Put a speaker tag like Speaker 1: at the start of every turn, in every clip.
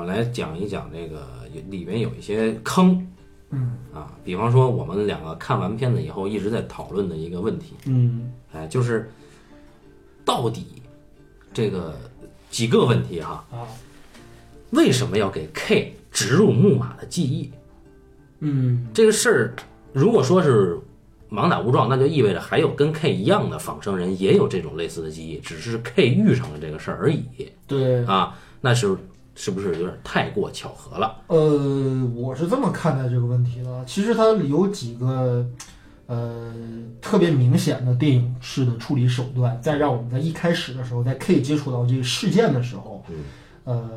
Speaker 1: 我来讲一讲这个有里面有一些坑
Speaker 2: 嗯
Speaker 1: 啊，比方说我们两个看完片子以后一直在讨论的一个问题，
Speaker 2: 嗯
Speaker 1: 哎，就是到底这个几个问题哈，
Speaker 2: 啊
Speaker 1: 为什么要给 K 植入木马的记忆？
Speaker 2: 嗯
Speaker 1: 这个事儿如果说是盲打误撞，那就意味着还有跟 K 一样的仿生人也有这种类似的记忆，只是 K 遇上了这个事儿而已
Speaker 2: 对，
Speaker 1: 啊，那是是不是有点太过巧合了？
Speaker 2: 呃，我是这么看待这个问题的。其实它有几个呃特别明显的电影式的处理手段，在让我们在一开始的时候，在 K 接触到这个事件的时候，
Speaker 1: 嗯
Speaker 2: 呃，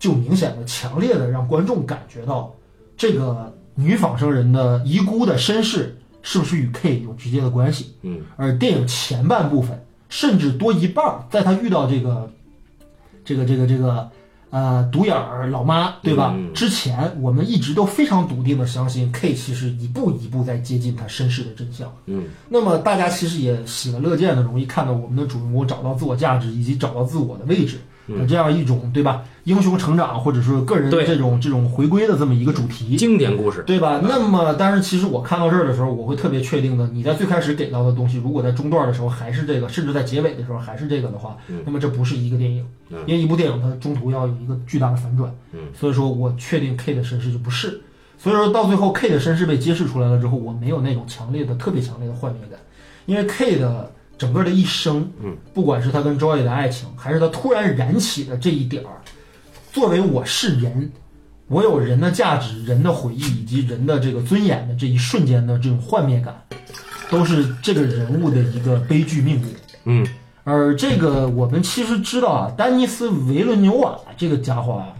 Speaker 2: 就明显的、强烈的让观众感觉到这个女仿生人的遗孤的身世是不是与 K 有直接的关系。
Speaker 1: 嗯
Speaker 2: 而呃电影前半部分，甚至多一半儿，在他遇到这个，这个这个这个，呃，独眼儿老妈，对吧？
Speaker 1: 嗯
Speaker 2: 之前我们一直都非常笃定的相信 K 其实一步一步在接近他身世的真相。
Speaker 1: 嗯
Speaker 2: 那么大家其实也喜闻乐见的，容易看到我们的主人公找到自我价值以及找到自我的位置的这样一种，对吧？英雄成长或者说个人
Speaker 1: 嗯对
Speaker 2: 这种这种回归的这么一个主题。
Speaker 1: 经典故事，
Speaker 2: 对吧？那么，但是其实我看到这儿的时候，我会特别确定的，你在最开始给到的东西，如果在中段的时候还是这个，甚至在结尾的时候还是这个的话
Speaker 1: 嗯，
Speaker 2: 那么这不是一个电影，
Speaker 1: 嗯
Speaker 2: 因为一部电影它中途要有一个巨大的反转
Speaker 1: 嗯，
Speaker 2: 所以说我确定 K 的身世就不是，所以说到最后 K 的身世被揭示出来了之后，我没有那种强烈的、特别强烈的幻灭感，因为 K 的整个的一生，
Speaker 1: 嗯，
Speaker 2: 不管是他跟 Joy 的爱情，还是他突然燃起的这一点儿，作为我是人，我有人的价值、人的回忆以及人的这个尊严的这一瞬间的这种幻灭感，都是这个人物的一个悲剧命运。
Speaker 1: 嗯
Speaker 2: 而这个我们其实知道啊，丹尼斯·维伦纽瓦这个家伙啊，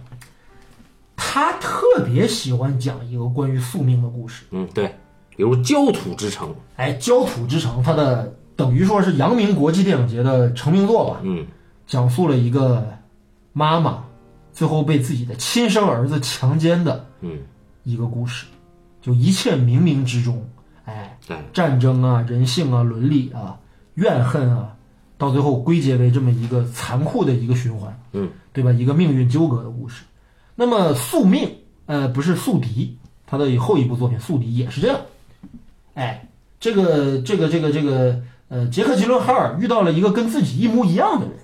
Speaker 2: 他特别喜欢讲一个关于宿命的故事。
Speaker 1: 嗯，对，比如焦土之城，
Speaker 2: 哎，《焦土之城》它的等于说是扬名国际电影节的成名作吧，
Speaker 1: 嗯
Speaker 2: 讲述了一个妈妈最后被自己的亲生儿子强奸的
Speaker 1: 嗯，
Speaker 2: 一个故事，就一切冥冥之中，哎，
Speaker 1: 哎，
Speaker 2: 战争啊、人性啊、伦理啊、怨恨啊，到最后归结为这么一个残酷的一个循环，
Speaker 1: 嗯，
Speaker 2: 对吧？一个命运纠葛的故事。那么《宿命》呃，不是《宿敌》，他的后一部作品《宿敌》也是这样。哎，这个这个这个这个呃，杰克·吉伦哈尔遇到了一个跟自己一模一样的人，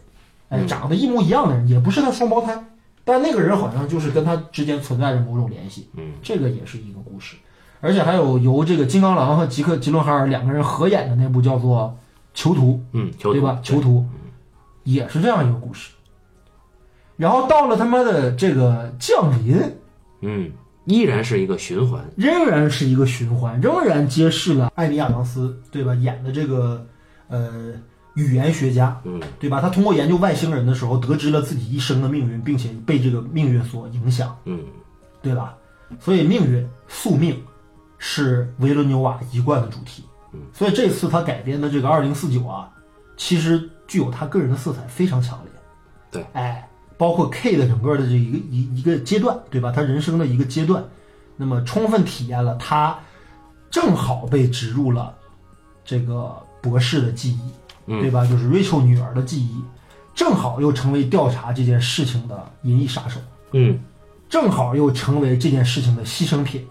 Speaker 2: 哎，
Speaker 1: 嗯
Speaker 2: 长得一模一样的人，也不是他双胞胎，但那个人好像就是跟他之间存在着某种联系。
Speaker 1: 嗯
Speaker 2: 这个也是一个故事，而且还有由这个金刚狼和吉克吉伦哈尔两个人合演的那部叫做《囚徒
Speaker 1: 嗯，》，囚徒
Speaker 2: 对吧？囚徒也是这样一个故事。然后到了他妈的这个降临，
Speaker 1: 嗯，依然是一个循环，
Speaker 2: 仍然是一个循环，仍然揭示了艾米亚当斯对吧演的这个呃语言学家
Speaker 1: 嗯
Speaker 2: 对吧？他通过研究外星人的时候，得知了自己一生的命运，并且被这个命运所影响。
Speaker 1: 嗯
Speaker 2: 对吧？所以命运宿命是维伦纽瓦一贯的主题
Speaker 1: 嗯。
Speaker 2: 所以这次他改编的这个《二零四九》啊，其实具有他个人的色彩非常强烈。
Speaker 1: 对，
Speaker 2: 哎，包括 K 的整个的这一个一一个阶段，对吧？他人生的一个阶段，那么充分体验了他正好被植入了这个博士的记忆，
Speaker 1: 嗯
Speaker 2: 对吧？就是 Rachel 女儿的记忆，正好又成为调查这件事情的银翼杀手。
Speaker 1: 嗯
Speaker 2: 正好又成为这件事情的牺牲品，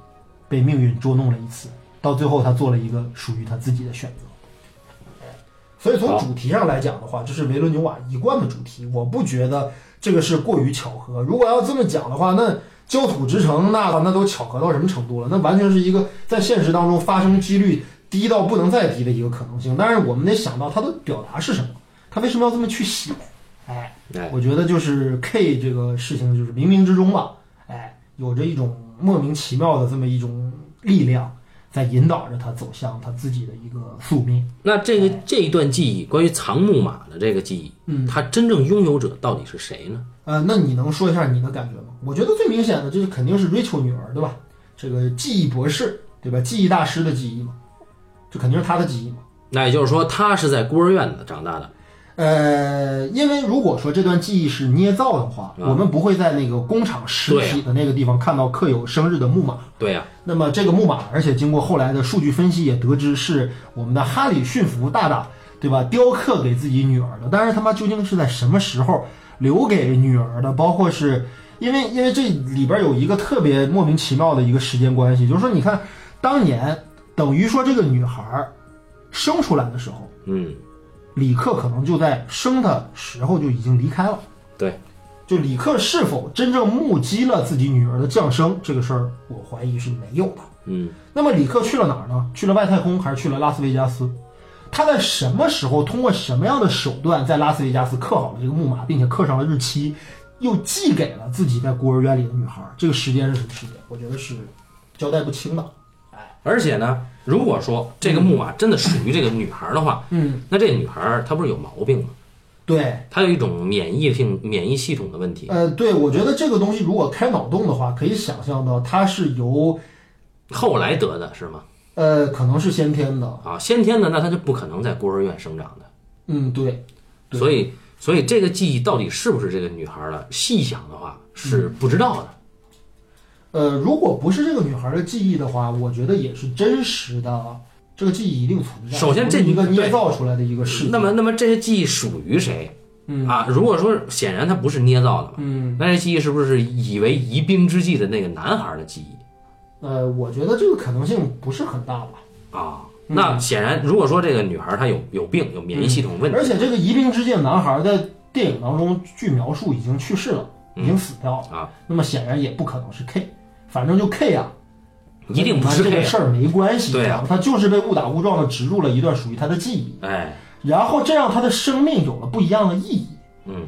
Speaker 2: 被命运捉弄了一次。到最后，他做了一个属于他自己的选择。所以从
Speaker 1: 好
Speaker 2: 主题上来讲的话，这是维伦纽瓦一贯的主题。我不觉得这个是过于巧合。如果要这么讲的话，那《焦土之城》那那都巧合到什么程度了？那完全是一个在现实当中发生几率低到不能再低的一个可能性。但是我们得想到它的表达是什么，他为什么要这么去写？哎，
Speaker 1: 哎
Speaker 2: 我觉得就是 K 这个事情，就是冥冥之中吧，哎，有着一种莫名其妙的这么一种力量，在引导着他走向他自己的一个宿命。
Speaker 1: 那这个这一段记忆，关于藏木马的这个记忆，
Speaker 2: 嗯
Speaker 1: 它真正拥有者到底是谁呢？
Speaker 2: 呃，那你能说一下你的感觉吗？我觉得最明显的就是肯定是 Rachel 女儿，对吧？这个记忆博士，对吧？记忆大师的记忆嘛，这肯定是他的记忆嘛。
Speaker 1: 那也就是说，他是在孤儿院的长大的，
Speaker 2: 呃，因为如果说这段记忆是捏造的话，
Speaker 1: 嗯
Speaker 2: 我们不会在那个工厂实体的那个地方看到刻有生日的木马。
Speaker 1: 对呀、
Speaker 2: 那么这个木马，而且经过后来的数据分析，也得知是我们的哈里逊福大大，对吧？雕刻给自己女儿的。但是他妈究竟是在什么时候留给女儿的？包括是因为因为这里边有一个特别莫名其妙的一个时间关系，就是说，你看当年呃等于说这个女孩儿生出来的时候，
Speaker 1: 嗯，
Speaker 2: 李克可能就在生的时候就已经离开了。
Speaker 1: 对，
Speaker 2: 就李克是否真正目击了自己女儿的降生这个事儿，我怀疑是没有的。
Speaker 1: 嗯，
Speaker 2: 那么李克去了哪儿呢？去了外太空还是去了拉斯维加斯？他在什么时候通过什么样的手段在拉斯维加斯刻好了这个木马，并且刻上了日期，又寄给了自己在孤儿院里的女孩？这个时间是什么时间？我觉得是交代不清的。
Speaker 1: 而且呢，如果说这个木马真的属于这个女孩的话，
Speaker 2: 嗯，
Speaker 1: 那这女孩她不是有毛病吗？
Speaker 2: 对，
Speaker 1: 她有一种免疫性免疫系统的问题，
Speaker 2: 呃，对，我觉得这个东西如果开脑洞的话，可以想象到它是由
Speaker 1: 后来得的是吗？
Speaker 2: 呃，可能是先天的。
Speaker 1: 啊，先天的那她就不可能在孤儿院生长的，
Speaker 2: 嗯，对，对
Speaker 1: 所以所以这个记忆到底是不是这个女孩的？细想的话是不知道的。
Speaker 2: 呃，如果不是这个女孩的记忆的话，我觉得也是真实的，这个记忆一定存在。
Speaker 1: 首先
Speaker 2: 不是
Speaker 1: 这
Speaker 2: 一个捏
Speaker 1: 对
Speaker 2: 造出嗯来的嗯一个事件。
Speaker 1: 那么那么这些记忆属于谁？啊，如果说显然她不是捏造的嘛，
Speaker 2: 嗯，
Speaker 1: 那这记忆是不是以为疑兵之计的那个男孩的记忆？
Speaker 2: 呃，我觉得这个可能性不是很大吧。
Speaker 1: 啊，
Speaker 2: 嗯
Speaker 1: 那显然，如果说这个女孩她有有病，有免疫系统问题，
Speaker 2: 而且这个宜宾之界男孩在电影当中据描述已经去世了，已经死掉了、
Speaker 1: 啊。
Speaker 2: 那么显然也不可能是 K，反正就 K 啊，
Speaker 1: 一定不是
Speaker 2: 和你们
Speaker 1: K 啊
Speaker 2: 这个事儿没关系。
Speaker 1: 对啊
Speaker 2: 他就是被误打误撞的植入了一段属于他的记忆，
Speaker 1: 哎，
Speaker 2: 然后这让他的生命有了不一样的意义。
Speaker 1: 嗯，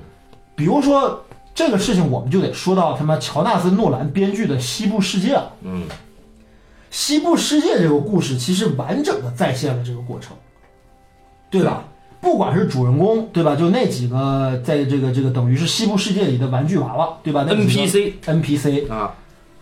Speaker 2: 比如说这个事情，我们就得说到他妈乔纳森诺兰编剧的《西部世界》了。
Speaker 1: 嗯，
Speaker 2: 西部世界这个故事其实完整的再现了这个过程，对吧？不管是主人公，对吧？就那几个，在这个这个等于是西部世界里的玩具娃娃，对吧那几个
Speaker 1: NPC
Speaker 2: NPC，
Speaker 1: 啊，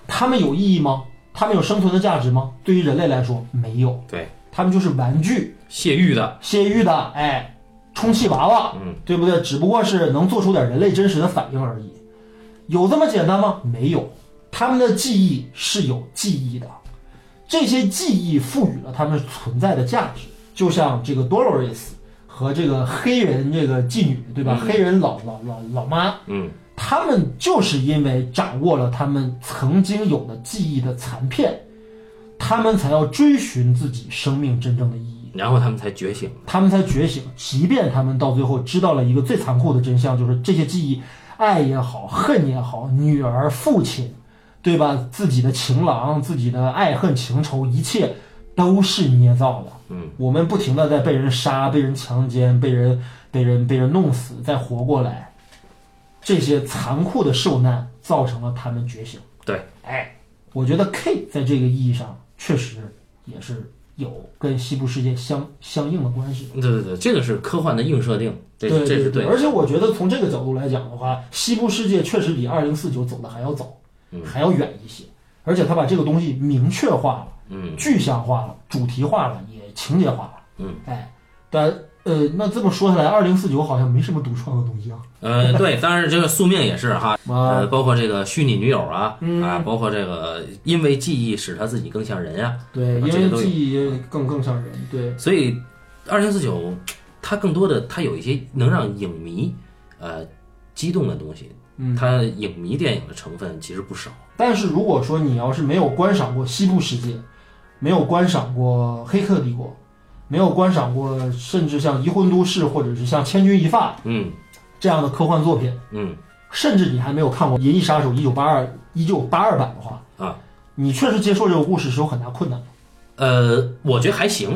Speaker 2: 他们有意义吗？他们有生存的价值吗？对于人类来说，没有，
Speaker 1: 对，
Speaker 2: 他们就是玩具，
Speaker 1: 泄欲的，
Speaker 2: 泄欲的，哎，充气娃娃，
Speaker 1: 嗯，
Speaker 2: 对不对？只不过是能做出点人类真实的反应而已，有这么简单吗？没有，他们的记忆是有记忆的，这些记忆赋予了他们存在的价值，就像这个 Dolores 和这个黑人这个妓女，对吧？黑人老老老老妈，
Speaker 1: 嗯，
Speaker 2: 他们就是因为掌握了他们曾经有的记忆的残片，他们才要追寻自己生命真正的意义。
Speaker 1: 然后他们才觉醒。
Speaker 2: 他们才觉醒。即便他们到最后知道了一个最残酷的真相，就是这些记忆，爱也好，恨也好，女儿、父亲，对吧？自己的情郎、自己的爱恨情仇，一切都是捏造的。
Speaker 1: 嗯，
Speaker 2: 我们不停的在被人杀、被人强奸、被人、被人、被人弄死，再活过来，这些残酷的受难造成了他们觉醒。
Speaker 1: 对，
Speaker 2: 哎，我觉得 K 在这个意义上确实也是有跟西部世界相相应的关系。
Speaker 1: 对对对，这个是科幻的硬设定，这
Speaker 2: 对
Speaker 1: 这
Speaker 2: 对
Speaker 1: 是对的。
Speaker 2: 而且我觉得从这个角度来讲的话，西部世界确实比二零四九走的还要早，
Speaker 1: 嗯
Speaker 2: 还要远一些。而且他把这个东西明确化了，
Speaker 1: 嗯
Speaker 2: 具象化了，主题化了，也情节化了。
Speaker 1: 嗯，
Speaker 2: 哎，但呃，那这么说下来，二零四九好像没什么独创的东西啊。
Speaker 1: 呃，对，当然这个宿命也是哈，
Speaker 2: 啊
Speaker 1: 呃，包括这个虚拟女友啊，
Speaker 2: 嗯
Speaker 1: 啊，包括这个因为记忆使他自己更像人啊，
Speaker 2: 对，
Speaker 1: 这些
Speaker 2: 因
Speaker 1: 都
Speaker 2: 为
Speaker 1: 有
Speaker 2: 记忆更更像人。对，
Speaker 1: 所以二零四九，它更多的它有一些能让影迷呃激动的东西。
Speaker 2: 嗯
Speaker 1: 它影迷电影的成分其实不少。
Speaker 2: 但是如果说你要是没有观赏过西部世界，没有观赏过《黑客帝国》，没有观赏过甚至像《移魂都市》或者是像《千钧一发》
Speaker 1: 嗯
Speaker 2: 这样的科幻作品，
Speaker 1: 嗯
Speaker 2: 甚至你还没有看过《银翼杀手1982》一九八二版的话，
Speaker 1: 啊，
Speaker 2: 你确实接受这个故事是有很大困难的。
Speaker 1: 呃，我觉得还行，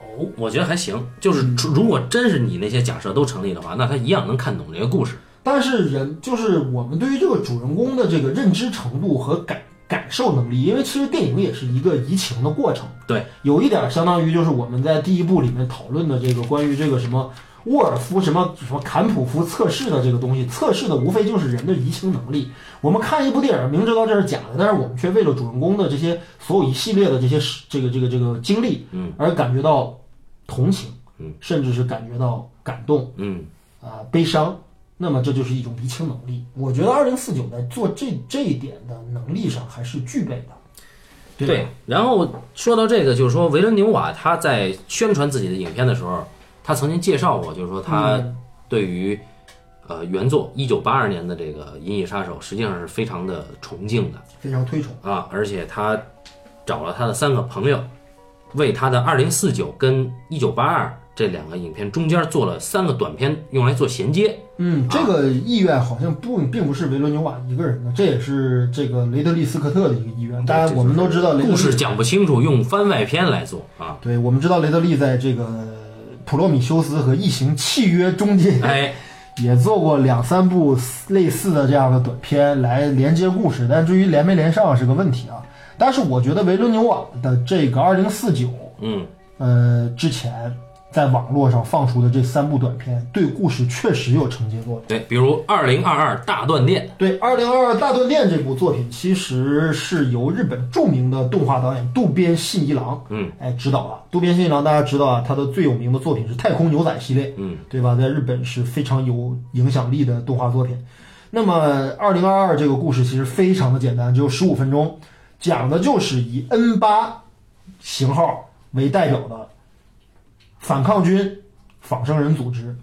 Speaker 2: 哦，
Speaker 1: 我觉得还行。就是
Speaker 2: 嗯
Speaker 1: 除如果真是你那些假设都成立的话，那他一样能看懂这个故事。
Speaker 2: 但是人就是我们对于这个主人公的这个认知程度和感感受能力，因为其实电影也是一个移情的过程。
Speaker 1: 对，
Speaker 2: 有一点相当于就是我们在第一部里面讨论的这个关于这个什么沃尔夫什么什么坎普夫测试的这个东西，测试的无非就是人的移情能力。我们看一部电影，明知道这是假的，但是我们却为了主人公的这些所有一系列的这些事这个这个这个经历，
Speaker 1: 嗯，
Speaker 2: 而感觉到同情，
Speaker 1: 嗯，
Speaker 2: 甚至是感觉到感动。
Speaker 1: 嗯，
Speaker 2: 啊、悲伤，那么这就是一种移情能力。我觉得二零四九在做这这一点的能力上还是具备的，对吧
Speaker 1: 对。然后说到这个，就是说维伦纽瓦他在宣传自己的影片的时候，他曾经介绍过，就是说他
Speaker 2: 嗯
Speaker 1: 对于呃，原作一九八二年的这个《银翼杀手》实际上是非常的崇敬的
Speaker 2: 非常推崇。
Speaker 1: 啊，而且他找了他的三个朋友，为他的二零四九跟一九八二这两个影片中间做了三个短片，用来做衔接。
Speaker 2: 嗯，这个意愿好像不并不是维罗纽瓦一个人的，这也是这个雷德利·斯科特的一个意愿。当然，我们都知道雷德利
Speaker 1: 故事讲不清楚，用番外篇来做 啊。
Speaker 2: 对，我们知道雷德利在这个《普罗米修斯》和《异形契约》中间
Speaker 1: 哎，
Speaker 2: 也做过两三部类似的这样的短片来连接故事，但至于连没连上是个问题啊。但是我觉得维伦纽瓦的这个二零四九，
Speaker 1: 嗯，
Speaker 2: 呃，之前在网络上放出的这三部短片，对故事确实有承接作用。
Speaker 1: 对，比如二零二二大断电，
Speaker 2: 对，二零二二大断电这部作品其实是由日本著名的动画导演渡边信一郎，
Speaker 1: 嗯，
Speaker 2: 哎，指导了。渡边信一郎大家知道啊，他的最有名的作品是《太空牛仔》系列，
Speaker 1: 嗯，
Speaker 2: 对吧？在日本是非常有影响力的动画作品。那么，二零二二这个故事其实非常的简单，只有十五分钟，讲的就是以 N 八型号为代表的反抗军仿生人组织，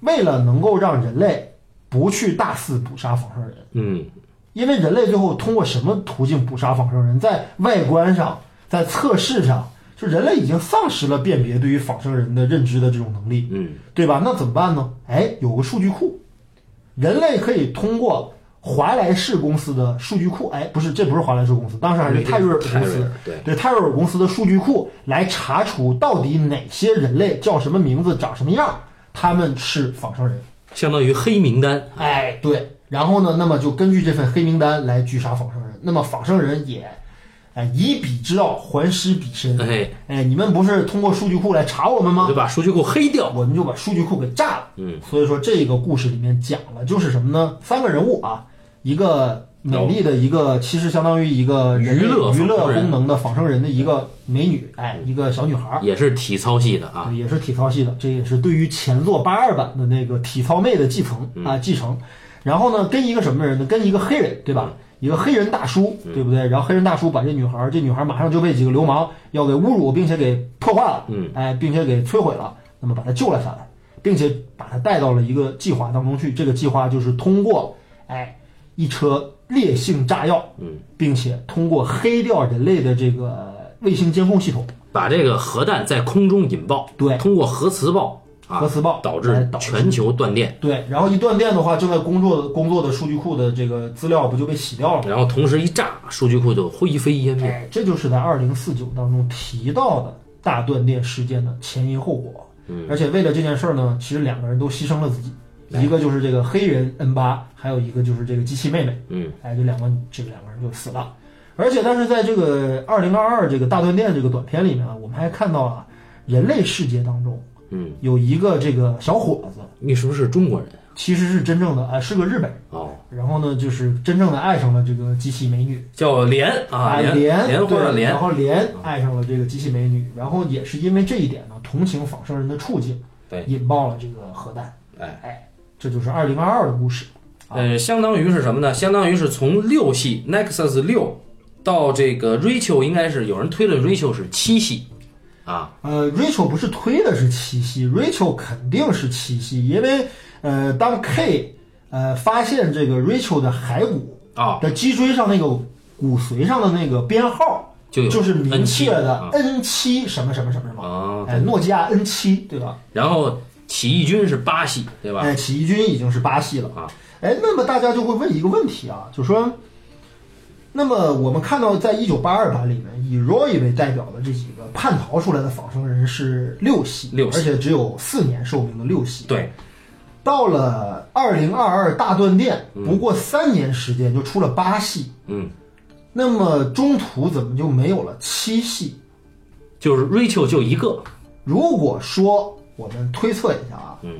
Speaker 2: 为了能够让人类不去大肆捕杀仿生人，
Speaker 1: 嗯，
Speaker 2: 因为人类最后通过什么途径捕杀仿生人？在外观上，在测试上，就人类已经丧失了辨别对于仿生人的认知的这种能力，
Speaker 1: 嗯，
Speaker 2: 对吧？那怎么办呢？哎，有个数据库，人类可以通过华莱士公司的数据库，哎，不是，这不是华莱士公司，当时还是泰瑞尔
Speaker 1: 泰
Speaker 2: 公
Speaker 1: 瑞
Speaker 2: 司
Speaker 1: 尔，对
Speaker 2: 对泰瑞尔公司的数据库来查处到底哪些人类叫什么名字、长什么样，他们是仿生人。
Speaker 1: 相当于黑名单。
Speaker 2: 哎，对，然后呢，那么就根据这份黑名单来狙杀仿生人，那么仿生人也，哎，以彼之道还施彼身。
Speaker 1: 哎，
Speaker 2: 哎，你们不是通过数据库来查我们
Speaker 1: 我
Speaker 2: 吗
Speaker 1: 就？把数据库黑掉。
Speaker 2: 我们就把数据库给炸了。
Speaker 1: 嗯，
Speaker 2: 所以说这个故事里面讲了就是什么呢？三个人物啊，一个美丽的一个，其实相当于一个人类
Speaker 1: 娱乐
Speaker 2: 娱乐
Speaker 1: 仿生人嗯
Speaker 2: 功能的仿生人的一个美女，哎，一个小女孩儿。
Speaker 1: 也是体操系的啊，
Speaker 2: 对也是体操系的，这也是对于前作八二版的那个体操妹的继承
Speaker 1: 嗯
Speaker 2: 啊、继承。然后呢，跟一个什么人呢？跟一个黑人，对
Speaker 1: 嗯
Speaker 2: 吧？一个黑人大叔，对不对？然后黑人大叔把这女孩儿，这女孩儿马上就被几个流氓要给侮辱，并且给破坏了，
Speaker 1: 嗯，
Speaker 2: 哎，并且给摧毁了。那么把她救了下来，并且把她带到了一个计划当中去。这个计划就是通过哎一车烈性炸药，
Speaker 1: 嗯，
Speaker 2: 并且通过黑掉人类的这个卫星监控系统，
Speaker 1: 把这个核弹在空中引爆，
Speaker 2: 对
Speaker 1: 通过核磁爆啊，
Speaker 2: 核磁爆
Speaker 1: 导
Speaker 2: 来
Speaker 1: 致
Speaker 2: 导致
Speaker 1: 全球断电，
Speaker 2: 对，然后一断电的话，正在工作的工作的数据库的这个资料不就被洗掉了吗？
Speaker 1: 然后同时一炸，数据库就灰飞烟灭。
Speaker 2: 哎，这就是在二零四九当中提到的大断电事件的前因后果。
Speaker 1: 嗯，
Speaker 2: 而且为了这件事儿呢，其实两个人都牺牲了自己，一个就是这个黑人 N 八，还有一个就是这个机器妹妹。
Speaker 1: 嗯，
Speaker 2: 哎，这两个这两个人就死了。而且，但是在这个二零二二这个大断电这个短片里面啊，我们还看到了人类世界当中，
Speaker 1: 嗯，
Speaker 2: 有一个这个小伙子，
Speaker 1: 你是不是中国人？
Speaker 2: 其实是真正的啊、是个日本人。
Speaker 1: 哦，
Speaker 2: 然后呢，就是真正的爱上了这个机器美女
Speaker 1: 叫莲啊，莲
Speaker 2: 莲
Speaker 1: 莲花的
Speaker 2: 对
Speaker 1: 莲
Speaker 2: 然。后莲
Speaker 1: 啊
Speaker 2: 爱上了这个机器美女，然后也是因为这一点呢，同情仿生人的处境，
Speaker 1: 对
Speaker 2: 引爆了这个核弹，
Speaker 1: 哎
Speaker 2: 这就是二零二二的故事。
Speaker 1: 呃，相当于是什么呢？相当于是从六系 Nexus 六到这个 Rachel，应该是有人推了 Rachel 是七系啊，
Speaker 2: 呃，Rachel 不是推的是七夕，Rachel 肯定是七夕，因为呃，当 K 呃发现这个 Rachel 的骸骨
Speaker 1: 啊，
Speaker 2: 的脊椎上那个骨髓上的那个编号，
Speaker 1: 就有
Speaker 2: 就是明
Speaker 1: N 七
Speaker 2: 确的
Speaker 1: 啊
Speaker 2: N 七什么什么什么什么，
Speaker 1: 啊，
Speaker 2: 哎，诺基亚 N 七对吧？
Speaker 1: 然后起义军是八系，对吧？
Speaker 2: 哎，起义军已经是巴西了
Speaker 1: 啊。
Speaker 2: 哎，那么大家就会问一个问题啊，就说，那么我们看到在一九八二版里面，以 Roy 为代表的这几个叛逃出来的仿生人是六系，
Speaker 1: 六系
Speaker 2: 而且只有四年寿命的六系。
Speaker 1: 对，
Speaker 2: 到了二零二二大断电，不过三年时间就出了八系，
Speaker 1: 嗯，
Speaker 2: 那么中途怎么就没有了七系？
Speaker 1: 就是 Rachel 就一个，
Speaker 2: 如果说我们推测一下啊，
Speaker 1: 嗯，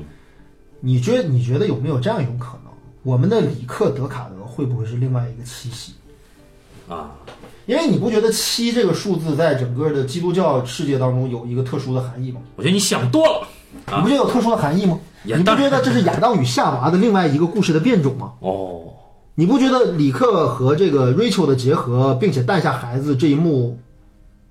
Speaker 2: 你觉你觉得有没有这样一种可能，我们的里克德卡德会不会是另外一个七系？
Speaker 1: 啊，
Speaker 2: 因为你不觉得七这个数字在整个的基督教世界当中有一个特殊的含义吗？
Speaker 1: 我觉得你想多了啊
Speaker 2: 你不觉得有特殊的含义吗？
Speaker 1: 也
Speaker 2: 你不
Speaker 1: 当然
Speaker 2: 觉得这是亚当与夏娃的另外一个故事的变种吗？
Speaker 1: 哦，
Speaker 2: 你不觉得里克和这个 Rachel 的结合，并且诞下孩子这一幕，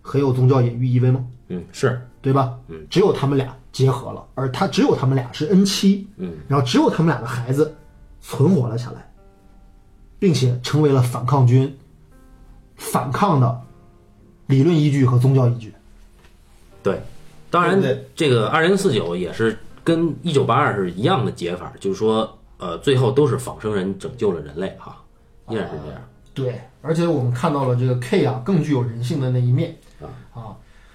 Speaker 2: 很有宗教隐喻意味吗？
Speaker 1: 嗯，是
Speaker 2: 对吧？
Speaker 1: 嗯，
Speaker 2: 只有他们俩，结合了，而他只有他们俩是 N 七，
Speaker 1: 嗯，
Speaker 2: 然后只有他们俩的孩子存活了下来，并且成为了反抗军反抗的理论依据和宗教依据。
Speaker 1: 对，当然
Speaker 2: 对不对
Speaker 1: 这个二零四九也是跟一九八二是一样的解法，就是说呃最后都是仿生人拯救了人类哈，依然是这样。
Speaker 2: 对，而且我们看到了这个 K 啊更具有人性的那一面
Speaker 1: 啊
Speaker 2: 啊。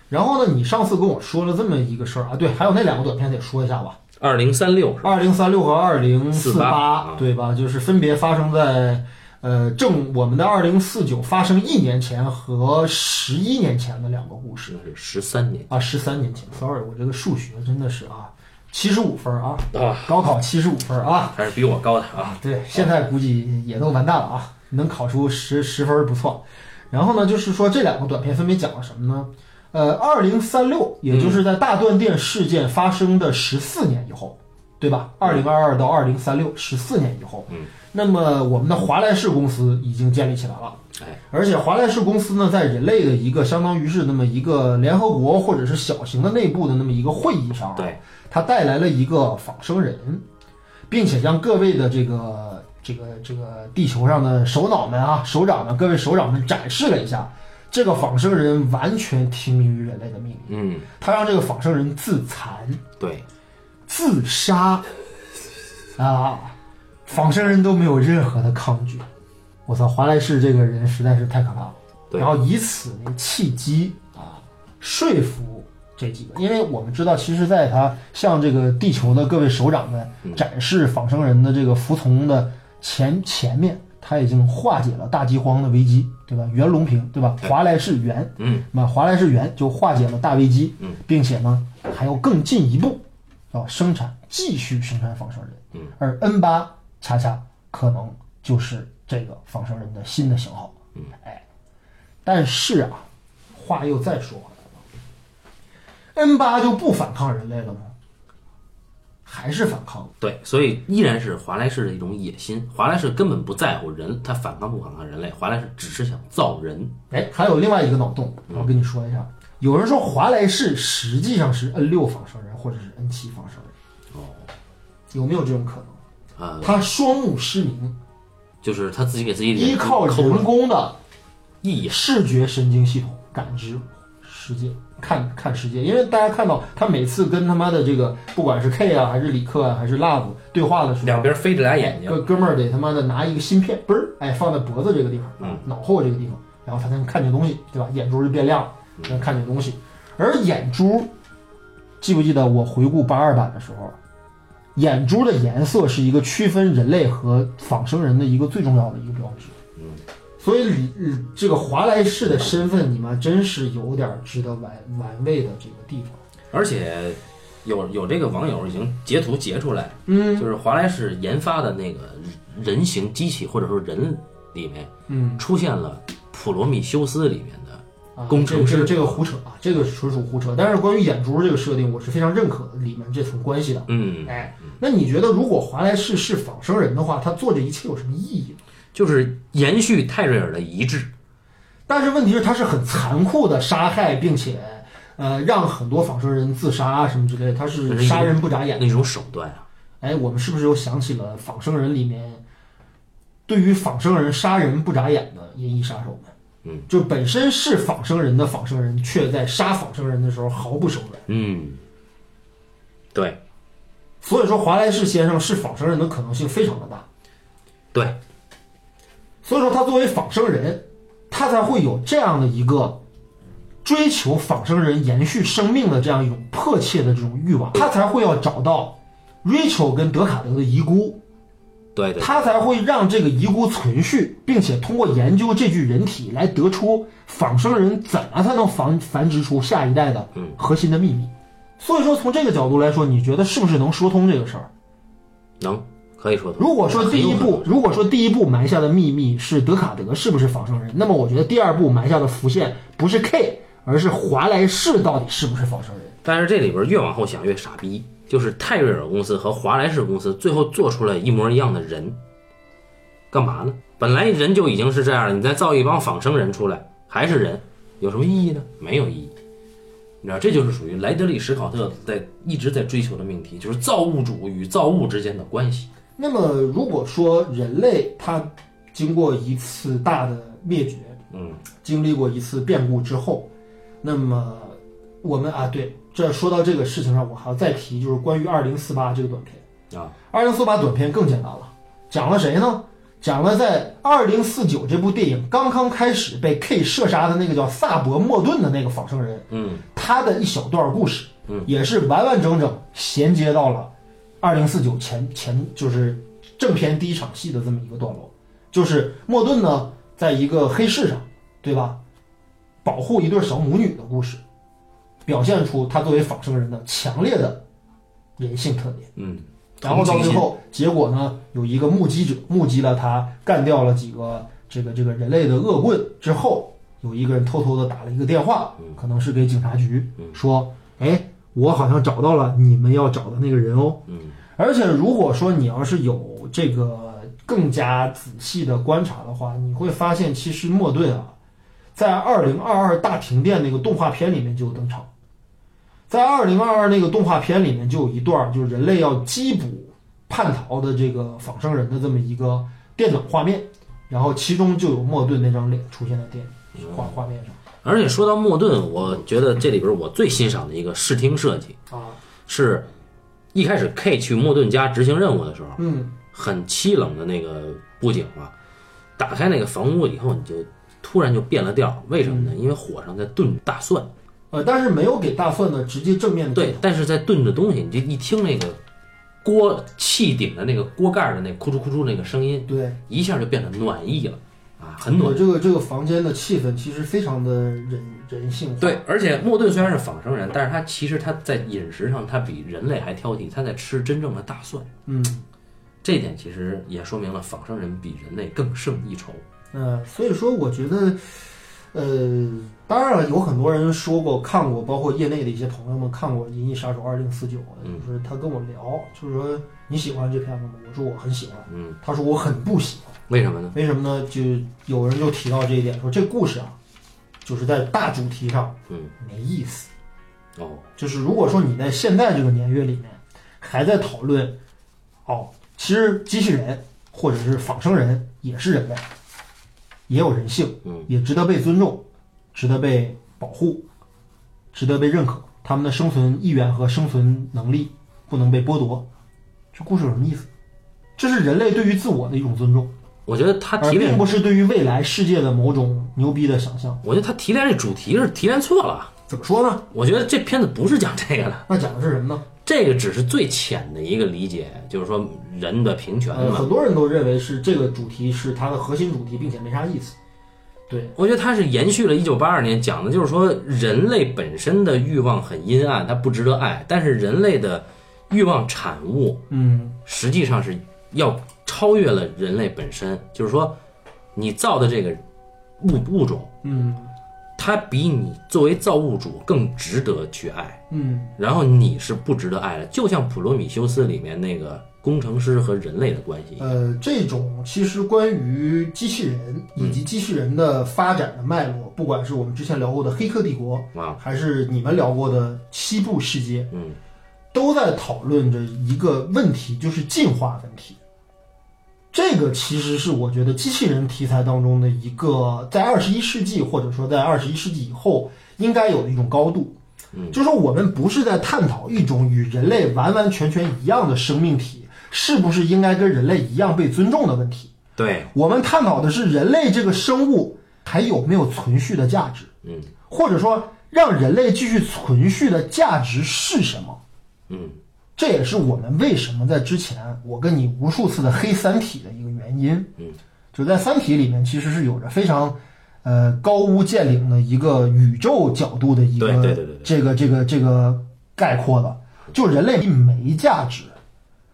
Speaker 2: 然后呢，你上次跟我说了这么一个事儿啊，对，还有那两个短片得说一下吧，
Speaker 1: 二零三六是吧？
Speaker 2: 二零三六和二零四
Speaker 1: 啊
Speaker 2: 八，对吧？就是分别发生在呃正我们的二零四九发生一年前和十一年前的两个故事
Speaker 1: 是十三年
Speaker 2: 啊，十三年前，sorry，我这个数学真的是啊，七十五分儿啊，
Speaker 1: 啊，
Speaker 2: 高考七十五分儿啊，
Speaker 1: 还是比我高的啊。
Speaker 2: 对，现在估计也都完蛋了啊，能考出十十分儿不错。然后呢，就是说这两个短片分别讲了什么呢？呃，二零三六，也
Speaker 1: 嗯
Speaker 2: 就是在大断电事件发生的十四年以后，对吧？二零二二到二零三六，十四年以后。
Speaker 1: 嗯。
Speaker 2: 那么我们的华莱士公司已经建立起来了，
Speaker 1: 哎，
Speaker 2: 而且华莱士公司呢，在人类的一个相当于是那么一个联合国或者是小型的内部的那么一个会议上、啊，
Speaker 1: 对，
Speaker 2: 他带来了一个仿生人，并且让各位的这个这个这个地球上的首脑们啊、首长们、各位首长们展示了一下，这个仿生人完全听命于人类的命令，
Speaker 1: 嗯，
Speaker 2: 他让这个仿生人自残、
Speaker 1: 对，
Speaker 2: 自杀啊，仿生人都没有任何的抗拒。我操，华莱士这个人实在是太可怕了。
Speaker 1: 对
Speaker 2: 然后以此为契机啊，说服这几个，因为我们知道，其实在他向这个地球的各位首长们
Speaker 1: 嗯
Speaker 2: 展示仿生人的这个服从的前前面，他已经化解了大饥荒的危机，对吧？袁隆平，对吧？
Speaker 1: 对
Speaker 2: 华莱士袁，
Speaker 1: 嗯，
Speaker 2: 那华莱士袁就化解了大危机，
Speaker 1: 嗯，
Speaker 2: 并且呢还要更进一步，要生产继续生产仿生人，
Speaker 1: 嗯，
Speaker 2: 而 N 八恰恰可能就是这个仿生人的新的型号，
Speaker 1: 嗯，
Speaker 2: 哎，但是啊，话又再说回来了，N 八就不反抗人类了吗？还是反抗了？
Speaker 1: 对，所以依然是华莱士的一种野心。华莱士根本不在乎人，他反抗不反抗人类，华莱士只是想造人。
Speaker 2: 哎，还有另外一个脑洞，我跟你说一下。有人说华莱士实际上是 N 六仿生人或者是 N 七仿生人，
Speaker 1: 哦，
Speaker 2: 有没有这种可能？
Speaker 1: 啊、
Speaker 2: 他双目失明，
Speaker 1: 就是他自己给自己脸
Speaker 2: 依靠
Speaker 1: 抠
Speaker 2: 人
Speaker 1: 了
Speaker 2: 工的
Speaker 1: 意义。
Speaker 2: 视觉神经系统感知世界，看看世界。因为大家看到他每次跟他妈的这个，不管是 K 啊，还是李克啊，还是 Love 对话的时候，
Speaker 1: 两边飞着俩
Speaker 2: 哎
Speaker 1: 眼
Speaker 2: 哥
Speaker 1: 睛，
Speaker 2: 哥们儿得他妈的拿一个芯片，嘣儿，哎，放在脖子这个地方，
Speaker 1: 嗯
Speaker 2: 脑后这个地方，然后他才能看见东西，对吧？眼珠就变亮了，
Speaker 1: 嗯
Speaker 2: 能看见东西。而眼珠，记不记得我回顾八二版的时候，眼珠的颜色是一个区分人类和仿生人的一个最重要的一个标志。
Speaker 1: 嗯，
Speaker 2: 所以李呃这个华莱士的身份，你们真是有点值得玩玩味的这个地方。
Speaker 1: 而且有有这个网友已经截图截出来，
Speaker 2: 嗯
Speaker 1: 就是华莱士研发的那个人形机器或者说人里面
Speaker 2: 嗯，
Speaker 1: 出现了《普罗米修斯》里面的，
Speaker 2: 啊
Speaker 1: 工程
Speaker 2: 这
Speaker 1: 师
Speaker 2: 个、这个胡扯啊，这个纯属胡扯。但是关于眼珠这个设定，我是非常认可里面这层关系的。
Speaker 1: 嗯，
Speaker 2: 哎，那你觉得如果华莱士是仿生人的话，他做这一切有什么意义呢？
Speaker 1: 就是延续泰瑞尔的遗志。
Speaker 2: 但是问题是，他是很残酷的杀害，并且呃让很多仿生人自杀啊什么之类的，他
Speaker 1: 哎
Speaker 2: 是杀人不眨眼。
Speaker 1: 那种手段啊，
Speaker 2: 哎，我们是不是又想起了仿生人里面对于仿生人杀人不眨眼的银翼杀手们？
Speaker 1: 嗯，
Speaker 2: 就本身是仿生人的仿生人，却在杀仿生人的时候毫不手软。
Speaker 1: 嗯，对
Speaker 2: 所以说，华莱士先生是仿生人的可能性非常的大。
Speaker 1: 对，
Speaker 2: 所以说，他作为仿生人，他才会有这样的一个追求仿生人延续生命的这样一种迫切的这种欲望，他才会要找到 Rachel 跟德卡德的遗孤，
Speaker 1: 对对，
Speaker 2: 他才会让这个遗孤存续，并且通过研究这具人体来得出仿生人怎么才能繁繁殖出下一代的
Speaker 1: 嗯
Speaker 2: 核心的秘密。所以说，从这个角度来说，你觉得是不是能说通这个事儿？
Speaker 1: 能可以说通。
Speaker 2: 如果说第一
Speaker 1: 很有可
Speaker 2: 步，如果说第一步埋下的秘密是德卡德是不是仿生人，那么我觉得第二步埋下的伏线不是 K，而是华莱士到底是不是仿生人？
Speaker 1: 但是这里边越往后想越傻逼，就是泰瑞尔公司和华莱士公司最后做出了一模一样的人，干嘛呢？本来人就已经是这样了，你再造一帮仿生人出来还是人，有什么意义呢？没有意义。你知道，这就是属于莱德利·史考特在一直在追求的命题，就是造物主与造物之间的关系。
Speaker 2: 那么如果说人类它经过一次大的灭绝，
Speaker 1: 嗯，
Speaker 2: 经历过一次变故之后，那么我们啊，对，这说到这个事情上，我还要再提，就是关于《二零四八》这个短片。
Speaker 1: 啊，
Speaker 2: 二零四八短片更简单了，讲了谁呢？讲了在二零四九这部电影刚刚开始被 K 射杀的那个叫萨博莫顿的那个仿生人，
Speaker 1: 嗯，
Speaker 2: 他的一小段故事，
Speaker 1: 嗯，
Speaker 2: 也是完完整整衔接到了二零四九前前就是正片第一场戏的这么一个段落，就是莫顿呢在一个黑市上，对吧？保护一对小母女的故事，表现出他作为仿生人的强烈的人性特点。
Speaker 1: 嗯，
Speaker 2: 然后到
Speaker 1: 同情
Speaker 2: 最
Speaker 1: 心
Speaker 2: 后，结果呢，有一个目击者目击了他干掉了几个这个这个人类的恶棍之后，有一个人偷偷的打了一个电话，可能是给警察局，说，哎，我好像找到了你们要找的那个人哦。
Speaker 1: 嗯，
Speaker 2: 而且如果说你要是有这个更加仔细的观察的话，你会发现其实莫顿啊，在二零二二大停电那个动画片里面就有登场。在二零二二那个动画片里面就有一段儿，就是人类要缉捕叛逃的这个仿生人的这么一个电脑画面，然后其中就有莫顿那张脸出现在电画画面上
Speaker 1: 而且说到莫顿，我觉得这里边我最欣赏的一个视听设计
Speaker 2: 啊，
Speaker 1: 是，一开始 K 去莫顿家执行任务的时候，
Speaker 2: 嗯，
Speaker 1: 很凄冷的那个布景啊，打开那个房屋以后，你就突然就变了调，为什么呢？因为火上在炖大蒜，
Speaker 2: 呃，但是没有给大蒜的直接正面的
Speaker 1: 对，但是在炖的东西，你就一听那个锅气顶的那个锅盖的那咕噜咕噜那个声音，
Speaker 2: 对，
Speaker 1: 一下就变得暖意了啊，很暖
Speaker 2: 我。这个这个房间的气氛其实非常的人人性化，
Speaker 1: 对，而且莫顿虽然是仿生人，但是他其实他在饮食上他比人类还挑剔，他在吃真正的大蒜，
Speaker 2: 嗯
Speaker 1: 这一点其实也说明了仿生人比人类更胜一筹。
Speaker 2: 呃，所以说我觉得，呃，当然了，有很多人说过看过，包括业内的一些朋友们看过《银翼杀手二零四九》，
Speaker 1: 嗯
Speaker 2: 就是他跟我聊，就是说你喜欢这片子吗？我说我很喜欢，
Speaker 1: 嗯，
Speaker 2: 他说我很不喜欢。
Speaker 1: 为什么呢？
Speaker 2: 为什么呢？就有人就提到这一点，说这故事啊，就是在大主题上
Speaker 1: 嗯，
Speaker 2: 没意思。
Speaker 1: 哦，
Speaker 2: 就是如果说你在现在这个年月里面还在讨论，哦，其实机器人或者是仿生人也是人类，也有人性，
Speaker 1: 嗯
Speaker 2: 也值得被尊重，值得被保护，值得被认可，他们的生存意愿和生存能力不能被剥夺。这故事有什么意思？这是人类对于自我的一种尊重。
Speaker 1: 我觉得他
Speaker 2: 而
Speaker 1: 提炼
Speaker 2: 并不是对于未来世界的某种牛逼的想象。
Speaker 1: 我觉得他提炼这主题是提炼错了。
Speaker 2: 怎么说呢？
Speaker 1: 我觉得这片子不是讲这个的，
Speaker 2: 那讲的是什么呢？
Speaker 1: 这个只是最浅的一个理解，就是说人的平权
Speaker 2: 呃，
Speaker 1: 嘛。
Speaker 2: 很多人都认为是这个主题是它的核心主题，并且没啥意思。对，
Speaker 1: 我觉得它是延续了1982年讲的，就是说人类本身的欲望很阴暗，它不值得爱，但是人类的欲望产物
Speaker 2: 嗯，
Speaker 1: 实际上是要超越了人类本身，就是说你造的这个物物种，
Speaker 2: 嗯
Speaker 1: 它比你作为造物主更值得去爱。
Speaker 2: 嗯
Speaker 1: 然后你是不值得爱的，就像《普罗米修斯》里面那个工程师和人类的关系。
Speaker 2: 呃，这种其实关于机器人以及机器人的发展的脉络，不管是我们之前聊过的《黑客帝国》
Speaker 1: 啊，
Speaker 2: 还是你们聊过的《西部世界》，
Speaker 1: 嗯，
Speaker 2: 都在讨论着一个问题，就是进化问题。这个其实是我觉得机器人题材当中的一个，在二十一世纪或者说在二十一世纪以后应该有的一种高度。
Speaker 1: 嗯
Speaker 2: 就说我们不是在探讨一种与人类完完全全一样的生命体是不是应该跟人类一样被尊重的问题，
Speaker 1: 对，
Speaker 2: 我们探讨的是人类这个生物还有没有存续的价值。
Speaker 1: 嗯
Speaker 2: 或者说让人类继续存续的价值是什么？
Speaker 1: 嗯，
Speaker 2: 这也是我们为什么在之前我跟你无数次的黑《三体》的一个原因。
Speaker 1: 嗯，
Speaker 2: 就在《三体》里面，其实是有着非常。呃，高屋建瓴的一个宇宙角度的一个
Speaker 1: 对对对对对
Speaker 2: 这个这个这个概括的，就人类没价值，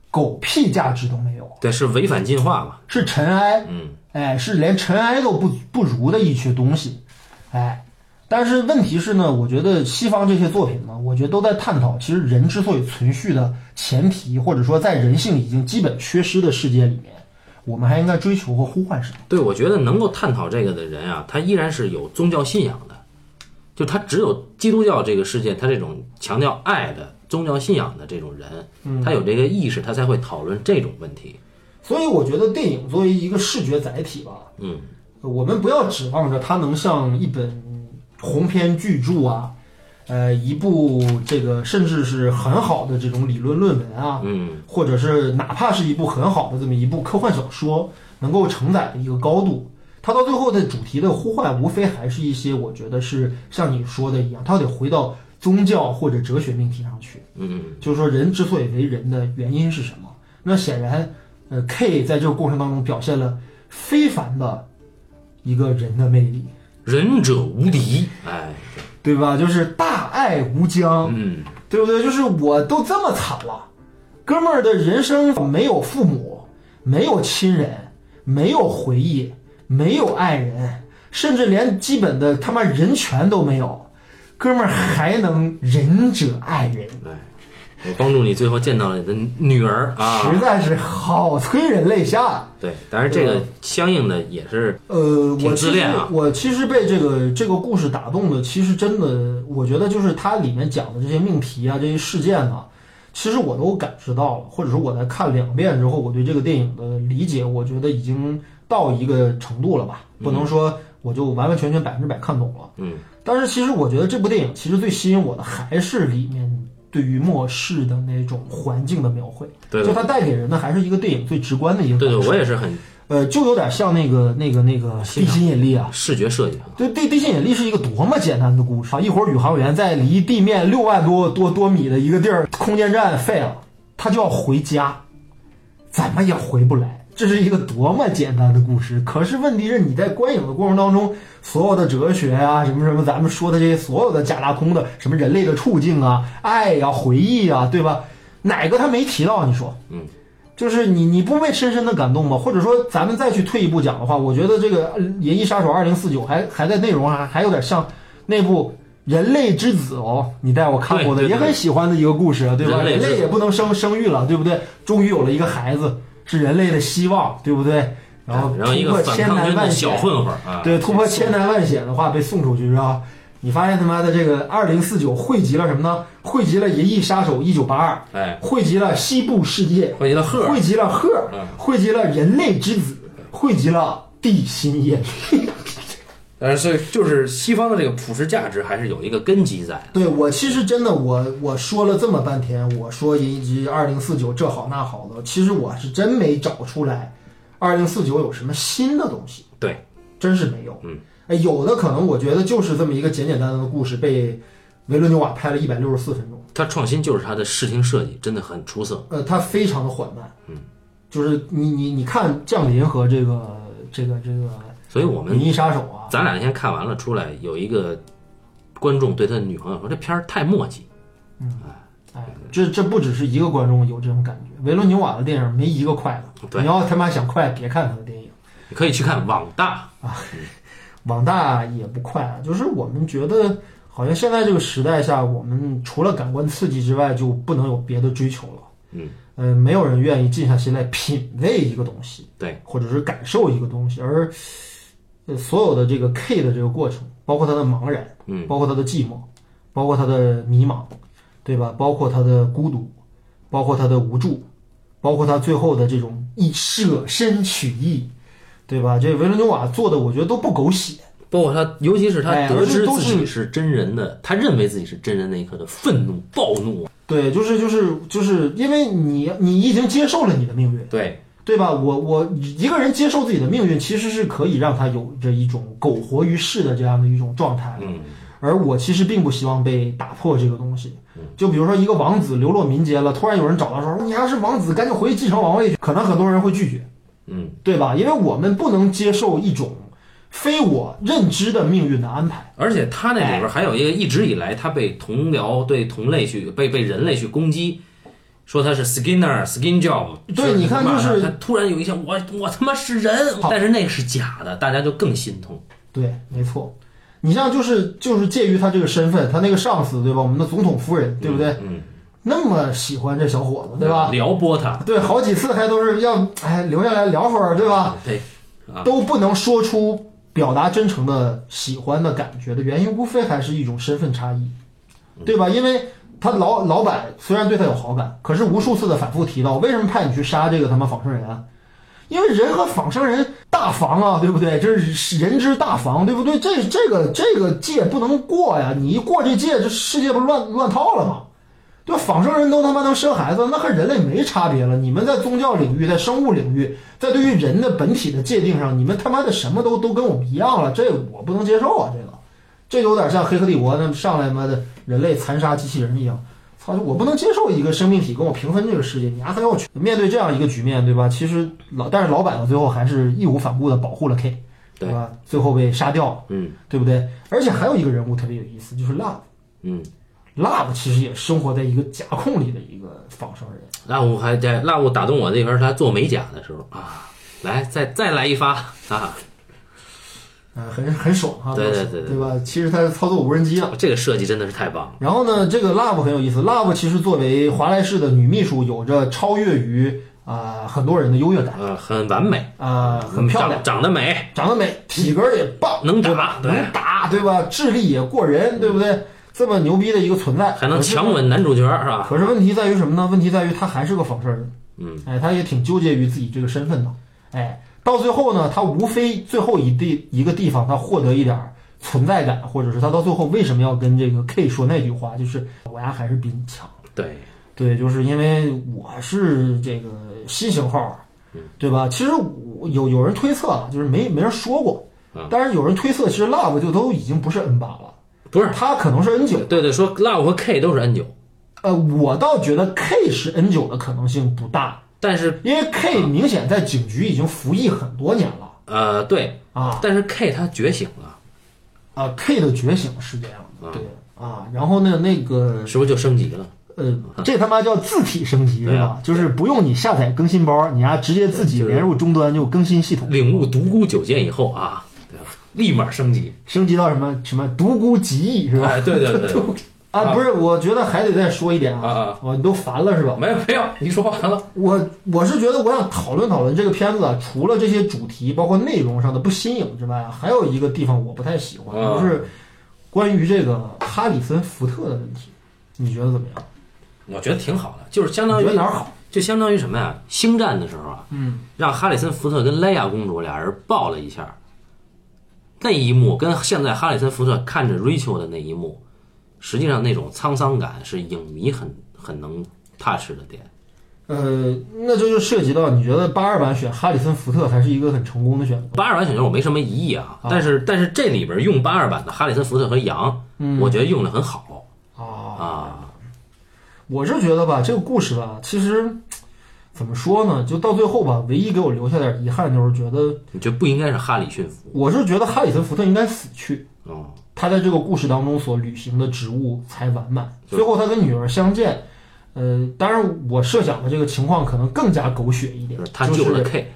Speaker 2: 狗屁价值都没有，
Speaker 1: 对，是违反进化嘛。
Speaker 2: 是尘埃，
Speaker 1: 嗯，
Speaker 2: 哎，是连尘埃都不不如的一群东西，哎，但是问题是呢，我觉得西方这些作品呢，我觉得都在探讨，其实人之所以存续的前提，或者说在人性已经基本缺失的世界里面，我们还应该追求和呼唤什么？
Speaker 1: 对，我觉得能够探讨这个的人啊，他依然是有宗教信仰的，就他只有基督教这个世界，他这种强调爱的宗教信仰的这种人，
Speaker 2: 嗯
Speaker 1: 他有这个意识，他才会讨论这种问题。
Speaker 2: 所以我觉得电影作为一个视觉载体吧，
Speaker 1: 嗯，
Speaker 2: 我们不要指望着它能像一本鸿篇巨著啊，呃，一部这个甚至是很好的这种理论论文啊，
Speaker 1: 嗯，
Speaker 2: 或者是哪怕是一部很好的这么一部科幻小说，能够承载的一个高度。它到最后的主题的呼唤，无非还是一些我觉得是像你说的一样，它得回到宗教或者哲学命题上去。
Speaker 1: 嗯
Speaker 2: 就是说人之所以为人的原因是什么？那显然，呃，K 在这个过程当中表现了非凡的一个人的魅力，
Speaker 1: 仁者无敌，哎，
Speaker 2: 对吧？就是大爱无疆，
Speaker 1: 嗯
Speaker 2: 对不对？就是我都这么惨了，哥们儿的人生没有父母，没有亲人，没有回忆，没有爱人，甚至连基本的他妈人权都没有，哥们儿还能仁者爱人。
Speaker 1: 哎，我帮助你最后见到了你的女儿
Speaker 2: 实
Speaker 1: 啊，
Speaker 2: 在是好催人泪下。
Speaker 1: 对，当然这
Speaker 2: 啊
Speaker 1: 个相应的也是，
Speaker 2: 呃，
Speaker 1: 挺
Speaker 2: 我
Speaker 1: 自
Speaker 2: 其实
Speaker 1: 恋啊
Speaker 2: 我其实被这个这个故事打动的，其实真的，我觉得就是它里面讲的这些命题啊，这些事件啊，其实我都感知到了，或者说我在看两遍之后，我对这个电影的理解，我觉得已经到一个程度了吧，不能说我就完完全全百分之百看懂了。
Speaker 1: 嗯
Speaker 2: 但是其实我觉得这部电影其实最吸引我的还是里面对于末世的那种环境的描绘，
Speaker 1: 对
Speaker 2: 就它带给人的还是一个电影最直观的一个
Speaker 1: 对对，
Speaker 2: 感受
Speaker 1: 我也是很
Speaker 2: 呃，就有点像那个那个那个
Speaker 1: 欣
Speaker 2: 地
Speaker 1: 赏
Speaker 2: 心引力啊。
Speaker 1: 视觉设计啊，
Speaker 2: 对，地地心引力是一个多么简单的故事啊！一会儿宇航员在离地面六万多多多米的一个地儿，空间站废了，他就要回家，怎么也回不来。这是一个多么简单的故事，可是问题是你在观影的过程当中，所有的哲学啊，什么什么，咱们说的这些所有的假大空的，什么人类的处境啊、爱呀、回忆啊，对吧？哪个他没提到？你说，
Speaker 1: 嗯，
Speaker 2: 就是你你不被深深的感动吗？或者说，咱们再去退一步讲的话，我觉得这个呃《银翼杀手二零四九》还还在内容上还还有点像那部。人类之子哦，你带我看过的
Speaker 1: 对对
Speaker 2: 也
Speaker 1: 对
Speaker 2: 很喜欢的一个故事，啊对吧？
Speaker 1: 人类
Speaker 2: 人
Speaker 1: 之
Speaker 2: 类
Speaker 1: 子
Speaker 2: 也不能生生育了，对不对？终于有了一个孩子，是人类的希望，对不对？然后
Speaker 1: 然后一
Speaker 2: 突
Speaker 1: 个
Speaker 2: 破
Speaker 1: 反
Speaker 2: 千
Speaker 1: 抗
Speaker 2: 难
Speaker 1: 军
Speaker 2: 万
Speaker 1: 的
Speaker 2: 险
Speaker 1: 小，混混啊，
Speaker 2: 对，突破千难万险的话被送出去是吧？你发现他妈的这个二零四九汇集了什么呢？汇集了《银翼杀手一九八二
Speaker 1: 哎，》，
Speaker 2: 汇集了《西部世界
Speaker 1: 汇集了》，赫，
Speaker 2: 汇集了《赫尔
Speaker 1: 嗯》，
Speaker 2: 汇集了《人类之子》，汇集了《地心引力》。
Speaker 1: 但是所以就是西方的这个普世价值还是有一个根基在的，
Speaker 2: 对我其实真的我我说了这么半天，我说一集二零四九这好那好的，其实我是真没找出来二零四九有什么新的东西，
Speaker 1: 对，
Speaker 2: 真是没有。
Speaker 1: 嗯，
Speaker 2: 哎，有的可能我觉得就是这么一个简简单单的故事被维伦纽瓦拍了一百六十四分钟，
Speaker 1: 它创新就是它的视听设计真的很出色，
Speaker 2: 呃，它非常的缓慢。
Speaker 1: 嗯，
Speaker 2: 就是你你你看《降临》和这个这个这个
Speaker 1: 所以我
Speaker 2: 《
Speaker 1: 们
Speaker 2: 银翼杀手》啊，
Speaker 1: 咱俩那天看完了出来，有一个观众对他的女朋友说：“这片儿太墨迹。
Speaker 2: 哎，这这不只是一个观众有这种感觉，维伦纽瓦的电影没一个快的。
Speaker 1: 对
Speaker 2: 你要他妈想快，别看他的电影。”
Speaker 1: 你可以去看网大，
Speaker 2: 网大也不快啊，就是我们觉得好像现在这个时代下，我们除了感官刺激之外，就不能有别的追求了。
Speaker 1: 嗯
Speaker 2: 呃没有人愿意静下心来品味一个东西，
Speaker 1: 对，
Speaker 2: 或者是感受一个东西，而呃所有的这个 K 的这个过程，包括他的茫然，
Speaker 1: 嗯，
Speaker 2: 包括他的寂寞，包括他的迷茫，对吧？包括他的孤独，包括他的无助，包括他最后的这种一舍身取义，对吧？这维伦纽瓦做的，我觉得都不狗血。
Speaker 1: 包括他，尤其是他
Speaker 2: 哎
Speaker 1: 得
Speaker 2: 而是
Speaker 1: 知
Speaker 2: 都
Speaker 1: 自己
Speaker 2: 是
Speaker 1: 是真人的，他认为自己是真人那一刻的愤怒、暴怒。
Speaker 2: 对，就是就是就是因为你你已经接受了你的命运，
Speaker 1: 对，
Speaker 2: 对吧？我我一个人接受自己的命运，其实是可以让他有着一种苟活于世的这样的一种状态。
Speaker 1: 嗯，
Speaker 2: 而我其实并不希望被打破这个东西。就比如说一个王子流落民间了，突然有人找到说哦你要是王子，赶紧回去继承王位去，可能很多人会拒绝，
Speaker 1: 嗯，
Speaker 2: 对吧？因为我们不能接受一种非我认知的命运的安排。
Speaker 1: 而且他那里边
Speaker 2: 哎
Speaker 1: 还有一个一直以来他被同僚、对同类去被被人类去攻击，说他是 skinner、skin job 骂他。
Speaker 2: 对你看就是
Speaker 1: 他突然有一下，我我他妈是人，
Speaker 2: 好
Speaker 1: 但是那是假的，大家就更心痛。
Speaker 2: 对，没错。你像就是就是介于他这个身份，他那个上司对吧？我们的总统夫人对不对？
Speaker 1: 嗯，
Speaker 2: 那么喜欢这小伙子对吧？
Speaker 1: 撩拨他，
Speaker 2: 对，好几次还都是要哎留下来聊会儿对吧？
Speaker 1: 对，啊
Speaker 2: 都不能说出表达真诚的喜欢的感觉的原因，无非还是一种身份差异，对吧？因为他老老板虽然对他有好感，可是无数次的反复提到，为什么派你去杀这个他妈仿生人啊？因为人和仿生人大防啊，对不对？这是人之大防，对不对？这这个这个界不能过呀！你一过这界，这世界不乱乱套了吗？对吧，仿生人都他妈能生孩子，那和人类没差别了。你们在宗教领域、在生物领域、在对于人的本体的界定上，你们他妈的什么都都跟我们一样了，这我不能接受啊！这个，这有点像黑客帝国那上来妈的人类残杀机器人一样，操！我不能接受一个生命体跟我平分这个世界，你还非要去面对这样一个局面，对吧？其实老，但是老板到最后还是义无反顾的保护了 K，对吧？最后被杀掉了，
Speaker 1: 嗯
Speaker 2: 对不对？而且还有一个人物特别有意思，就是 Love。
Speaker 1: 嗯，
Speaker 2: Love 其实也生活在一个架空里的一个仿生人，
Speaker 1: 那我还在那我打动我那边是他做美甲的时候啊，来再再来一发啊，
Speaker 2: 啊、很很爽哈、
Speaker 1: 对对
Speaker 2: 当时
Speaker 1: 对对
Speaker 2: 对吧？其实他操作无人机啊。
Speaker 1: 这个设计真的是太棒了，
Speaker 2: 然后呢，这个 Love 很有意思，Love 其实作为华莱士的女秘书，有着超越于啊、很多人的优越感
Speaker 1: 呃，很完美，
Speaker 2: 啊、很漂亮，
Speaker 1: 嗯长长得美，
Speaker 2: 长得美，体格也棒，
Speaker 1: 能
Speaker 2: 对
Speaker 1: 打
Speaker 2: 吧，
Speaker 1: 对，
Speaker 2: 能打，对吧？智力也过人，对不对？这么牛逼的一个存在，
Speaker 1: 还能
Speaker 2: 可是
Speaker 1: 强吻男主角是吧？
Speaker 2: 可是问题在于什么呢？问题在于他还是个仿生人，
Speaker 1: 嗯，
Speaker 2: 哎，他也挺纠结于自己这个身份的，哎，到最后呢，他无非最后一地一个地方，他获得一点儿存在感，或者是他到最后为什么要跟这个 K 说那句话，就是我呀还是比你强，
Speaker 1: 对，
Speaker 2: 对，就是因为我是这个新型号啊，对吧？其实我有有人推测啊，就是没没人说过
Speaker 1: 嗯，
Speaker 2: 但是有人推测，其实 Love 就都已经不是 N 八了，
Speaker 1: 不是，
Speaker 2: 他可能是 N 九，
Speaker 1: 对对，说 Love 和 K 都是 N 九，
Speaker 2: 呃，我倒觉得 K 是 N 九的可能性不大。
Speaker 1: 但是
Speaker 2: 因为 K 明显在警局已经服役很多年了
Speaker 1: 呃，对，
Speaker 2: 啊
Speaker 1: 但是 K 他觉醒了，
Speaker 2: 啊，K 的觉醒是这样的，
Speaker 1: 啊
Speaker 2: 对啊，然后呢，那个
Speaker 1: 是不是就升级了？
Speaker 2: 呃，这他妈叫字体升级
Speaker 1: 对
Speaker 2: 是
Speaker 1: 啊
Speaker 2: 吧？就是不用你下载更新包，你啊直接自己
Speaker 1: 就是
Speaker 2: 连入终端就更新系统，
Speaker 1: 领悟独孤九剑以后啊，对吧？立马升级，
Speaker 2: 升级到什么什么独孤极意是吧？
Speaker 1: 哎，对对对，对啊
Speaker 2: 啊，不是，我觉得还得再说一点
Speaker 1: 啊
Speaker 2: 啊
Speaker 1: 啊，
Speaker 2: 我你都烦了是吧？
Speaker 1: 没有没有，你说完了，
Speaker 2: 我我是觉得我想讨论讨论这个片子啊，除了这些主题包括内容上的不新颖之外啊，还有一个地方我不太喜欢，
Speaker 1: 啊
Speaker 2: 就是关于这个哈里森福特的问题，你觉得怎么样？
Speaker 1: 我觉得挺好的，就是相当
Speaker 2: 你
Speaker 1: 于
Speaker 2: 觉得哪儿好？
Speaker 1: 就相当于什么呀？星战的时候啊，
Speaker 2: 嗯，
Speaker 1: 让哈里森福特跟莱娅公主俩人抱了一下，那一幕跟现在哈里森福特看着 Rachel 的那一幕，实际上那种沧桑感是影迷很很能 touch 的点。
Speaker 2: 呃，那这就涉及到你觉得八二版选哈里森福特还是一个很成功的选择？
Speaker 1: 八二版选秀我没什么疑义啊，但是但是这里边用八二版的哈里森福特和杨，我觉得用的很好
Speaker 2: 嗯啊，
Speaker 1: 啊，
Speaker 2: 我是觉得吧，这个故事吧，其实怎么说呢，就到最后吧，唯一给我留下点遗憾就是觉得，
Speaker 1: 你觉得不应该是哈里驯服？
Speaker 2: 我是觉得哈里森福特应该死去。
Speaker 1: 嗯，
Speaker 2: 他在这个故事当中所履行的职务才完满。
Speaker 1: 对
Speaker 2: 最后他跟女儿相见，呃，当然我设想的这个情况可能更加狗血一点
Speaker 1: 就是，他
Speaker 2: 就
Speaker 1: 救了
Speaker 2: 是
Speaker 1: K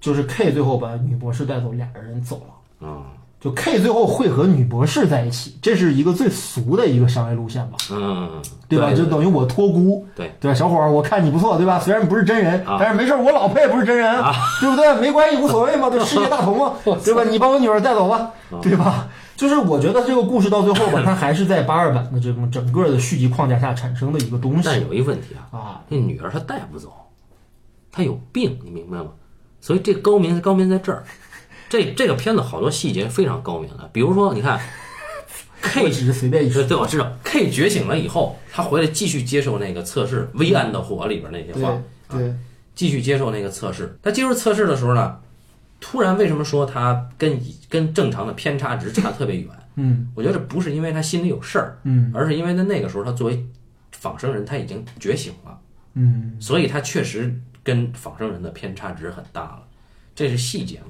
Speaker 2: 就是 K 最后把女博士带走，俩人走了。
Speaker 1: 啊，
Speaker 2: 就 K 最后会和女博士在一起，这是一个最俗的一个商业路线吧，
Speaker 1: 嗯，
Speaker 2: 对吧？
Speaker 1: 对
Speaker 2: 就等于我托孤，
Speaker 1: 对
Speaker 2: 对吧？小伙儿，我看你不错，对吧？虽然你不是真人，
Speaker 1: 啊
Speaker 2: 但是没事儿，我老婆也不是真人， 对不对？没关系，无所谓嘛，对，世界大同 嘛，对吧？你把我女儿带走吧，
Speaker 1: 啊
Speaker 2: 对吧？就是我觉得这个故事到最后吧，它还是在八二版的这种整个的续集框架下产生的一个东
Speaker 1: 但
Speaker 2: 西
Speaker 1: 有一问题啊，
Speaker 2: 啊。
Speaker 1: 那女儿她带不走，她有病，你明白吗？所以这高明高明在这儿，这这个片子好多细节非常高明的，比如说你看
Speaker 2: 我
Speaker 1: K
Speaker 2: 只是随便一说
Speaker 1: 对，对，我知道 K 觉醒了以后，他回来继续接受那个测试，《微暗的火》里边那些
Speaker 2: 对
Speaker 1: 话，啊
Speaker 2: 对，
Speaker 1: 继续接受那个测试。他接受测试的时候呢，突然为什么说他跟以跟正常的偏差值差特别远？
Speaker 2: 嗯
Speaker 1: 我觉得不是因为他心里有事儿，
Speaker 2: 嗯
Speaker 1: 而是因为在那个时候他作为仿生人他已经觉醒了，
Speaker 2: 嗯，
Speaker 1: 所以他确实跟仿生人的偏差值很大了。这是细节嘛？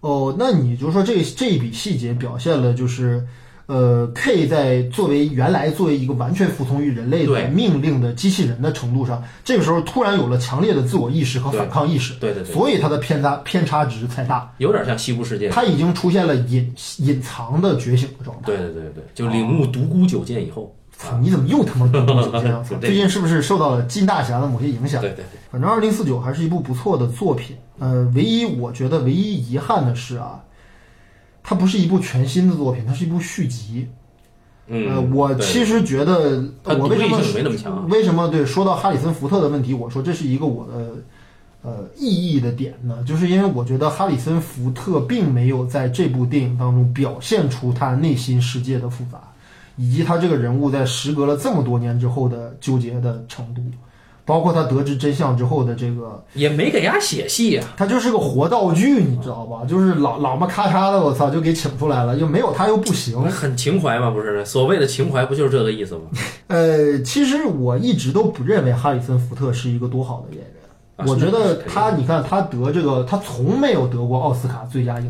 Speaker 2: 哦，那你就说这这一笔细节表现了就是。呃，K 在作为原来作为一个完全服从于人类
Speaker 1: 对
Speaker 2: 的命令的机器人的程度上，这个时候突然有了强烈的自我意识和
Speaker 1: 对
Speaker 2: 反抗意识，
Speaker 1: 对对对，
Speaker 2: 所以它的偏差偏差值才大，
Speaker 1: 有点像西部世界。
Speaker 2: 它已经出现了隐隐藏的觉醒的状态。
Speaker 1: 对对对对，就领悟独孤九剑以后，
Speaker 2: 操，你怎么又他妈跟我这 样
Speaker 1: 对？
Speaker 2: 最近是不是受到了金大侠的某些影响？
Speaker 1: 对对对，
Speaker 2: 反正二零四九还是一部不错的作品。呃，唯一我觉得唯一遗憾的是啊，它不是一部全新的作品，它是一部续集。呃，
Speaker 1: 嗯，
Speaker 2: 我
Speaker 1: 对
Speaker 2: 其实觉得，
Speaker 1: 它独
Speaker 2: 我为什
Speaker 1: 立
Speaker 2: 么
Speaker 1: 性没那么强。啊
Speaker 2: 为什么对说到哈里森福特的问题，我说这是一个我的呃意义的点呢？就是因为我觉得哈里森福特并没有在这部电影当中表现出他内心世界的复杂，以及他这个人物在时隔了这么多年之后的纠结的程度，包括他得知真相之后的这个
Speaker 1: 也没给人家写戏呀、
Speaker 2: 他就是个活道具，你知道吧？就是老老么咔嚓的，我操，就给请出来了，又没有他又不行。
Speaker 1: 很情怀嘛，不是？所谓的情怀不就是这个意思吗？
Speaker 2: 呃，其实我一直都不认为哈里森福特是一个多好的演员，
Speaker 1: 啊
Speaker 2: 我觉
Speaker 1: 是
Speaker 2: 得
Speaker 1: 的
Speaker 2: 他，你看他得这个，他从没有得过奥斯卡最佳影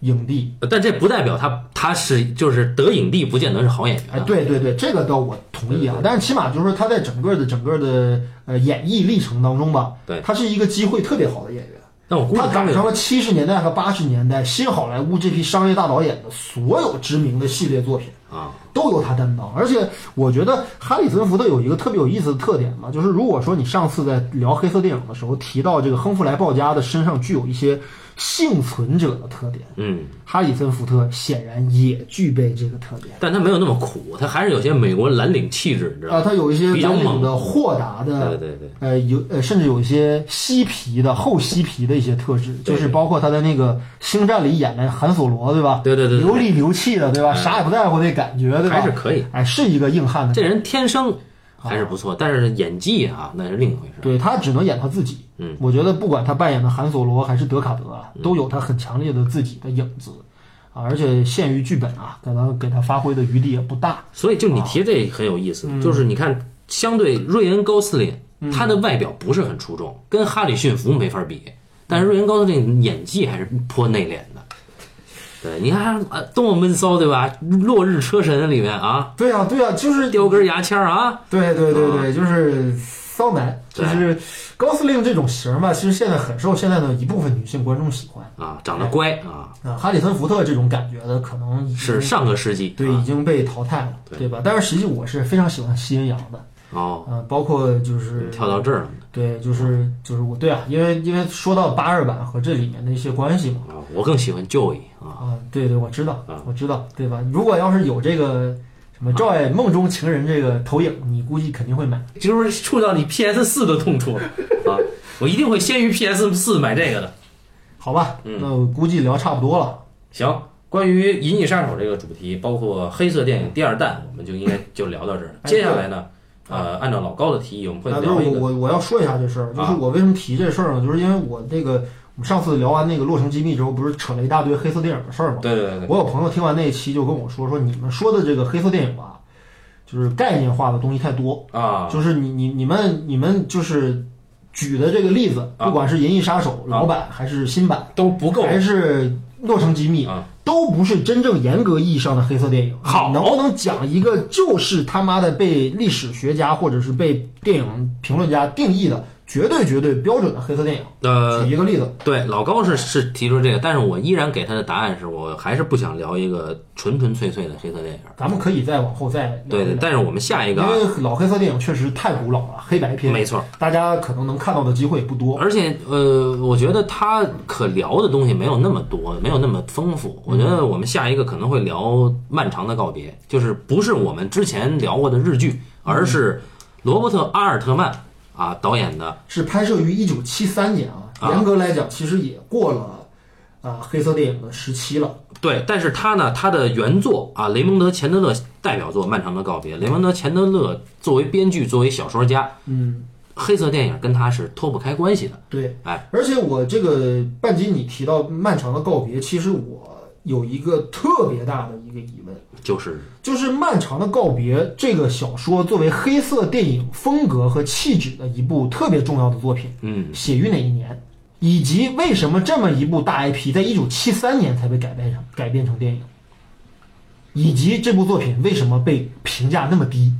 Speaker 2: 影帝。
Speaker 1: 但这不代表他他是就是得影帝不见得是好演员、啊
Speaker 2: 哎，对对对，这个倒我同意啊
Speaker 1: 对对，对
Speaker 2: 但是起码就是说他在整个的整个的呃演艺历程当中吧，
Speaker 1: 对
Speaker 2: 他是一个机会特别好的演员。
Speaker 1: 但我估计
Speaker 2: 他
Speaker 1: 他
Speaker 2: 赶
Speaker 1: 们
Speaker 2: 上了七十年代和八十年代新好莱坞这批商业大导演的所有知名的系列作品
Speaker 1: 啊，
Speaker 2: 都由他担当。而且我觉得哈里森福特有一个特别有意思的特点嘛，就是如果说你上次在聊黑色电影的时候提到这个亨弗莱鲍嘉的身上具有一些幸存者的特点，
Speaker 1: 嗯，
Speaker 2: 哈里森福特显然也具备这个特点。
Speaker 1: 但他没有那么苦，他还是有些美国蓝领气质，你知道
Speaker 2: 啊，
Speaker 1: 吗？
Speaker 2: 他有一些
Speaker 1: 比较
Speaker 2: 咱们
Speaker 1: 猛
Speaker 2: 的豁达的，
Speaker 1: 对对对。
Speaker 2: 呃，有呃，甚至有一些嬉皮的后嬉皮的一些特质，
Speaker 1: 对
Speaker 2: 就是包括他在那个《星战》里演的韩索罗，对吧？
Speaker 1: 对对对对
Speaker 2: 流里流气的，对吧？啥也不在乎那感觉，对吧？
Speaker 1: 还是可以，
Speaker 2: 哎，是一个硬汉的。
Speaker 1: 这人天生还是不错，但是演技啊，那是另一回事。
Speaker 2: 对他只能演他自己，
Speaker 1: 嗯，
Speaker 2: 我觉得不管他扮演的韩索罗还是德卡德啊，都有他很强烈的自己的影子，啊，而且限于剧本啊，可能给他发挥的余地也不大。
Speaker 1: 所以就你提这很有意思，就是你看，相对瑞恩·高斯林，他的外表不是很出众，跟哈里逊福没法比，但是瑞恩·高斯林演技还是颇内敛的。对，你看啊，多么闷骚，对吧？《落日车神》里面啊，
Speaker 2: 对啊，对啊，就是
Speaker 1: 叼根牙签儿啊，
Speaker 2: 对对对对，就是骚男，就是高司令这种型儿吧，其实现在很受现在的一部分女性观众喜欢
Speaker 1: 啊，长得乖啊，
Speaker 2: 啊。哈里森福特这种感觉的，可能已经
Speaker 1: 是上个世纪。
Speaker 2: 对已
Speaker 1: 啊
Speaker 2: 经被淘汰了，
Speaker 1: 对
Speaker 2: 对吧？但是实际我是非常喜欢西恩杨的，
Speaker 1: 哦，
Speaker 2: 呃，包括就是
Speaker 1: 跳到这儿了
Speaker 2: 对，就是就是我对啊，因为因为说到八二版和这里面的一些关系嘛，
Speaker 1: 啊！我更喜欢 Joey 啊，
Speaker 2: 啊，对对，我知道
Speaker 1: 啊，
Speaker 2: 我知道，对吧？如果要是有这个什么《赵爱梦中情人》这个投影，你估计肯定会买。
Speaker 1: 就是触到你 PS 四的痛处了啊！我一定会先于 PS 四买这个的。
Speaker 2: 好吧，
Speaker 1: 嗯
Speaker 2: 那我估计聊差不多了。
Speaker 1: 行，关于《银翼杀手》这个主题，包括黑色电影第二弹，我们就应该就聊到这儿。
Speaker 2: 哎
Speaker 1: 接下来呢，呃，按照老高的提议，我们会
Speaker 2: 啊，就
Speaker 1: 聊
Speaker 2: 是
Speaker 1: 一
Speaker 2: 我
Speaker 1: 个
Speaker 2: 我我要说一下这事儿，就是
Speaker 1: 啊
Speaker 2: 我为什么提这事儿呢？就是因为我那个我们上次聊完那个《洛城机密》之后，不是扯了一大堆黑色电影的事儿吗？
Speaker 1: 对对对对，
Speaker 2: 我有朋友听完那一期就跟我说，说你们说的这个黑色电影吧，就是概念化的东西太多，
Speaker 1: 啊，
Speaker 2: 就是你你你们你们就是举的这个例子，
Speaker 1: 啊
Speaker 2: 不管是《银翼杀手》
Speaker 1: 啊
Speaker 2: 老版还是新版，
Speaker 1: 都不够
Speaker 2: 还是《洛城机密》
Speaker 1: 啊，
Speaker 2: 都不是真正严格意义上的黑色电影。
Speaker 1: 好
Speaker 2: 能不能讲一个就是他妈的被历史学家或者是被电影评论家定义的绝对绝对标准的黑色电影？
Speaker 1: 呃，
Speaker 2: 举一个例子，
Speaker 1: 对，老高是是提出这个，但是我依然给他的答案是我还是不想聊一个纯纯粹粹的黑色电影。
Speaker 2: 咱们可以再往后再聊
Speaker 1: 对对，但是我们下一
Speaker 2: 因
Speaker 1: 个啊，
Speaker 2: 为老黑色电影确实太古老了，黑白片，
Speaker 1: 没错，
Speaker 2: 大家可能能看到的机会也不多。
Speaker 1: 而且呃，我觉得他可聊的东西没有那么多，没有那么丰富。我觉得我们下一个可能会聊《漫长的告别》，就是不是我们之前聊过的日剧，而是罗伯特·阿尔特曼啊导演的。
Speaker 2: 是拍摄于一九七三年啊，
Speaker 1: 啊
Speaker 2: 严格来讲，其实也过了啊黑色电影的时期了。
Speaker 1: 对，但是他呢，他的原作啊，雷蒙德·钱德勒代表作《漫长的告别》，雷蒙德·钱德勒作为编剧，作为小说家，
Speaker 2: 嗯，
Speaker 1: 黑色电影跟他是脱不开关系的。
Speaker 2: 对，
Speaker 1: 哎，
Speaker 2: 而且我这个半斤，你提到漫长的告别，其实我有一个特别大的一个疑问，
Speaker 1: 就是
Speaker 2: 就是《漫长的告别》这个小说作为黑色电影风格和气质的一部特别重要的作品，
Speaker 1: 嗯，
Speaker 2: 写于哪一年，以及为什么这么一部大 IP 在一九七三年才被改编成改编成电影，以及这部作品为什么被评价那么低。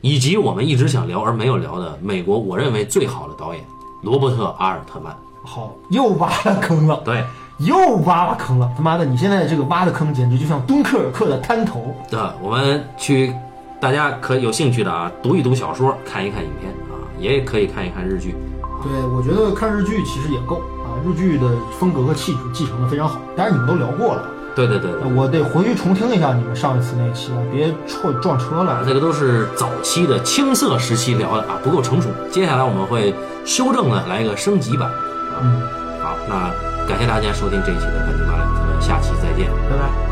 Speaker 1: 以及我们一直想聊而没有聊的美国我认为最好的导演罗伯特·阿尔特曼。
Speaker 2: 好，又挖了坑了，
Speaker 1: 对，
Speaker 2: 又挖了坑了！他妈的，你现在这个挖的坑简直就像敦刻尔克的滩头。
Speaker 1: 对，我们去，大家可有兴趣的啊，读一读小说，看一看影片啊，也可以看一看日剧。
Speaker 2: 对，我觉得看日剧其实也够啊，日剧的风格和气质继承的非常好。当然你们都聊过了，
Speaker 1: 对对对对，
Speaker 2: 我得回去重听一下你们上一次那期啊，别撞撞车了。
Speaker 1: 这个都是早期的青涩时期聊的啊，不够成熟。接下来我们会修正的来一个升级版。啊
Speaker 2: 嗯，
Speaker 1: 好，那感谢大家收听这一期的本土八两，咱们下期再见。
Speaker 2: 拜拜。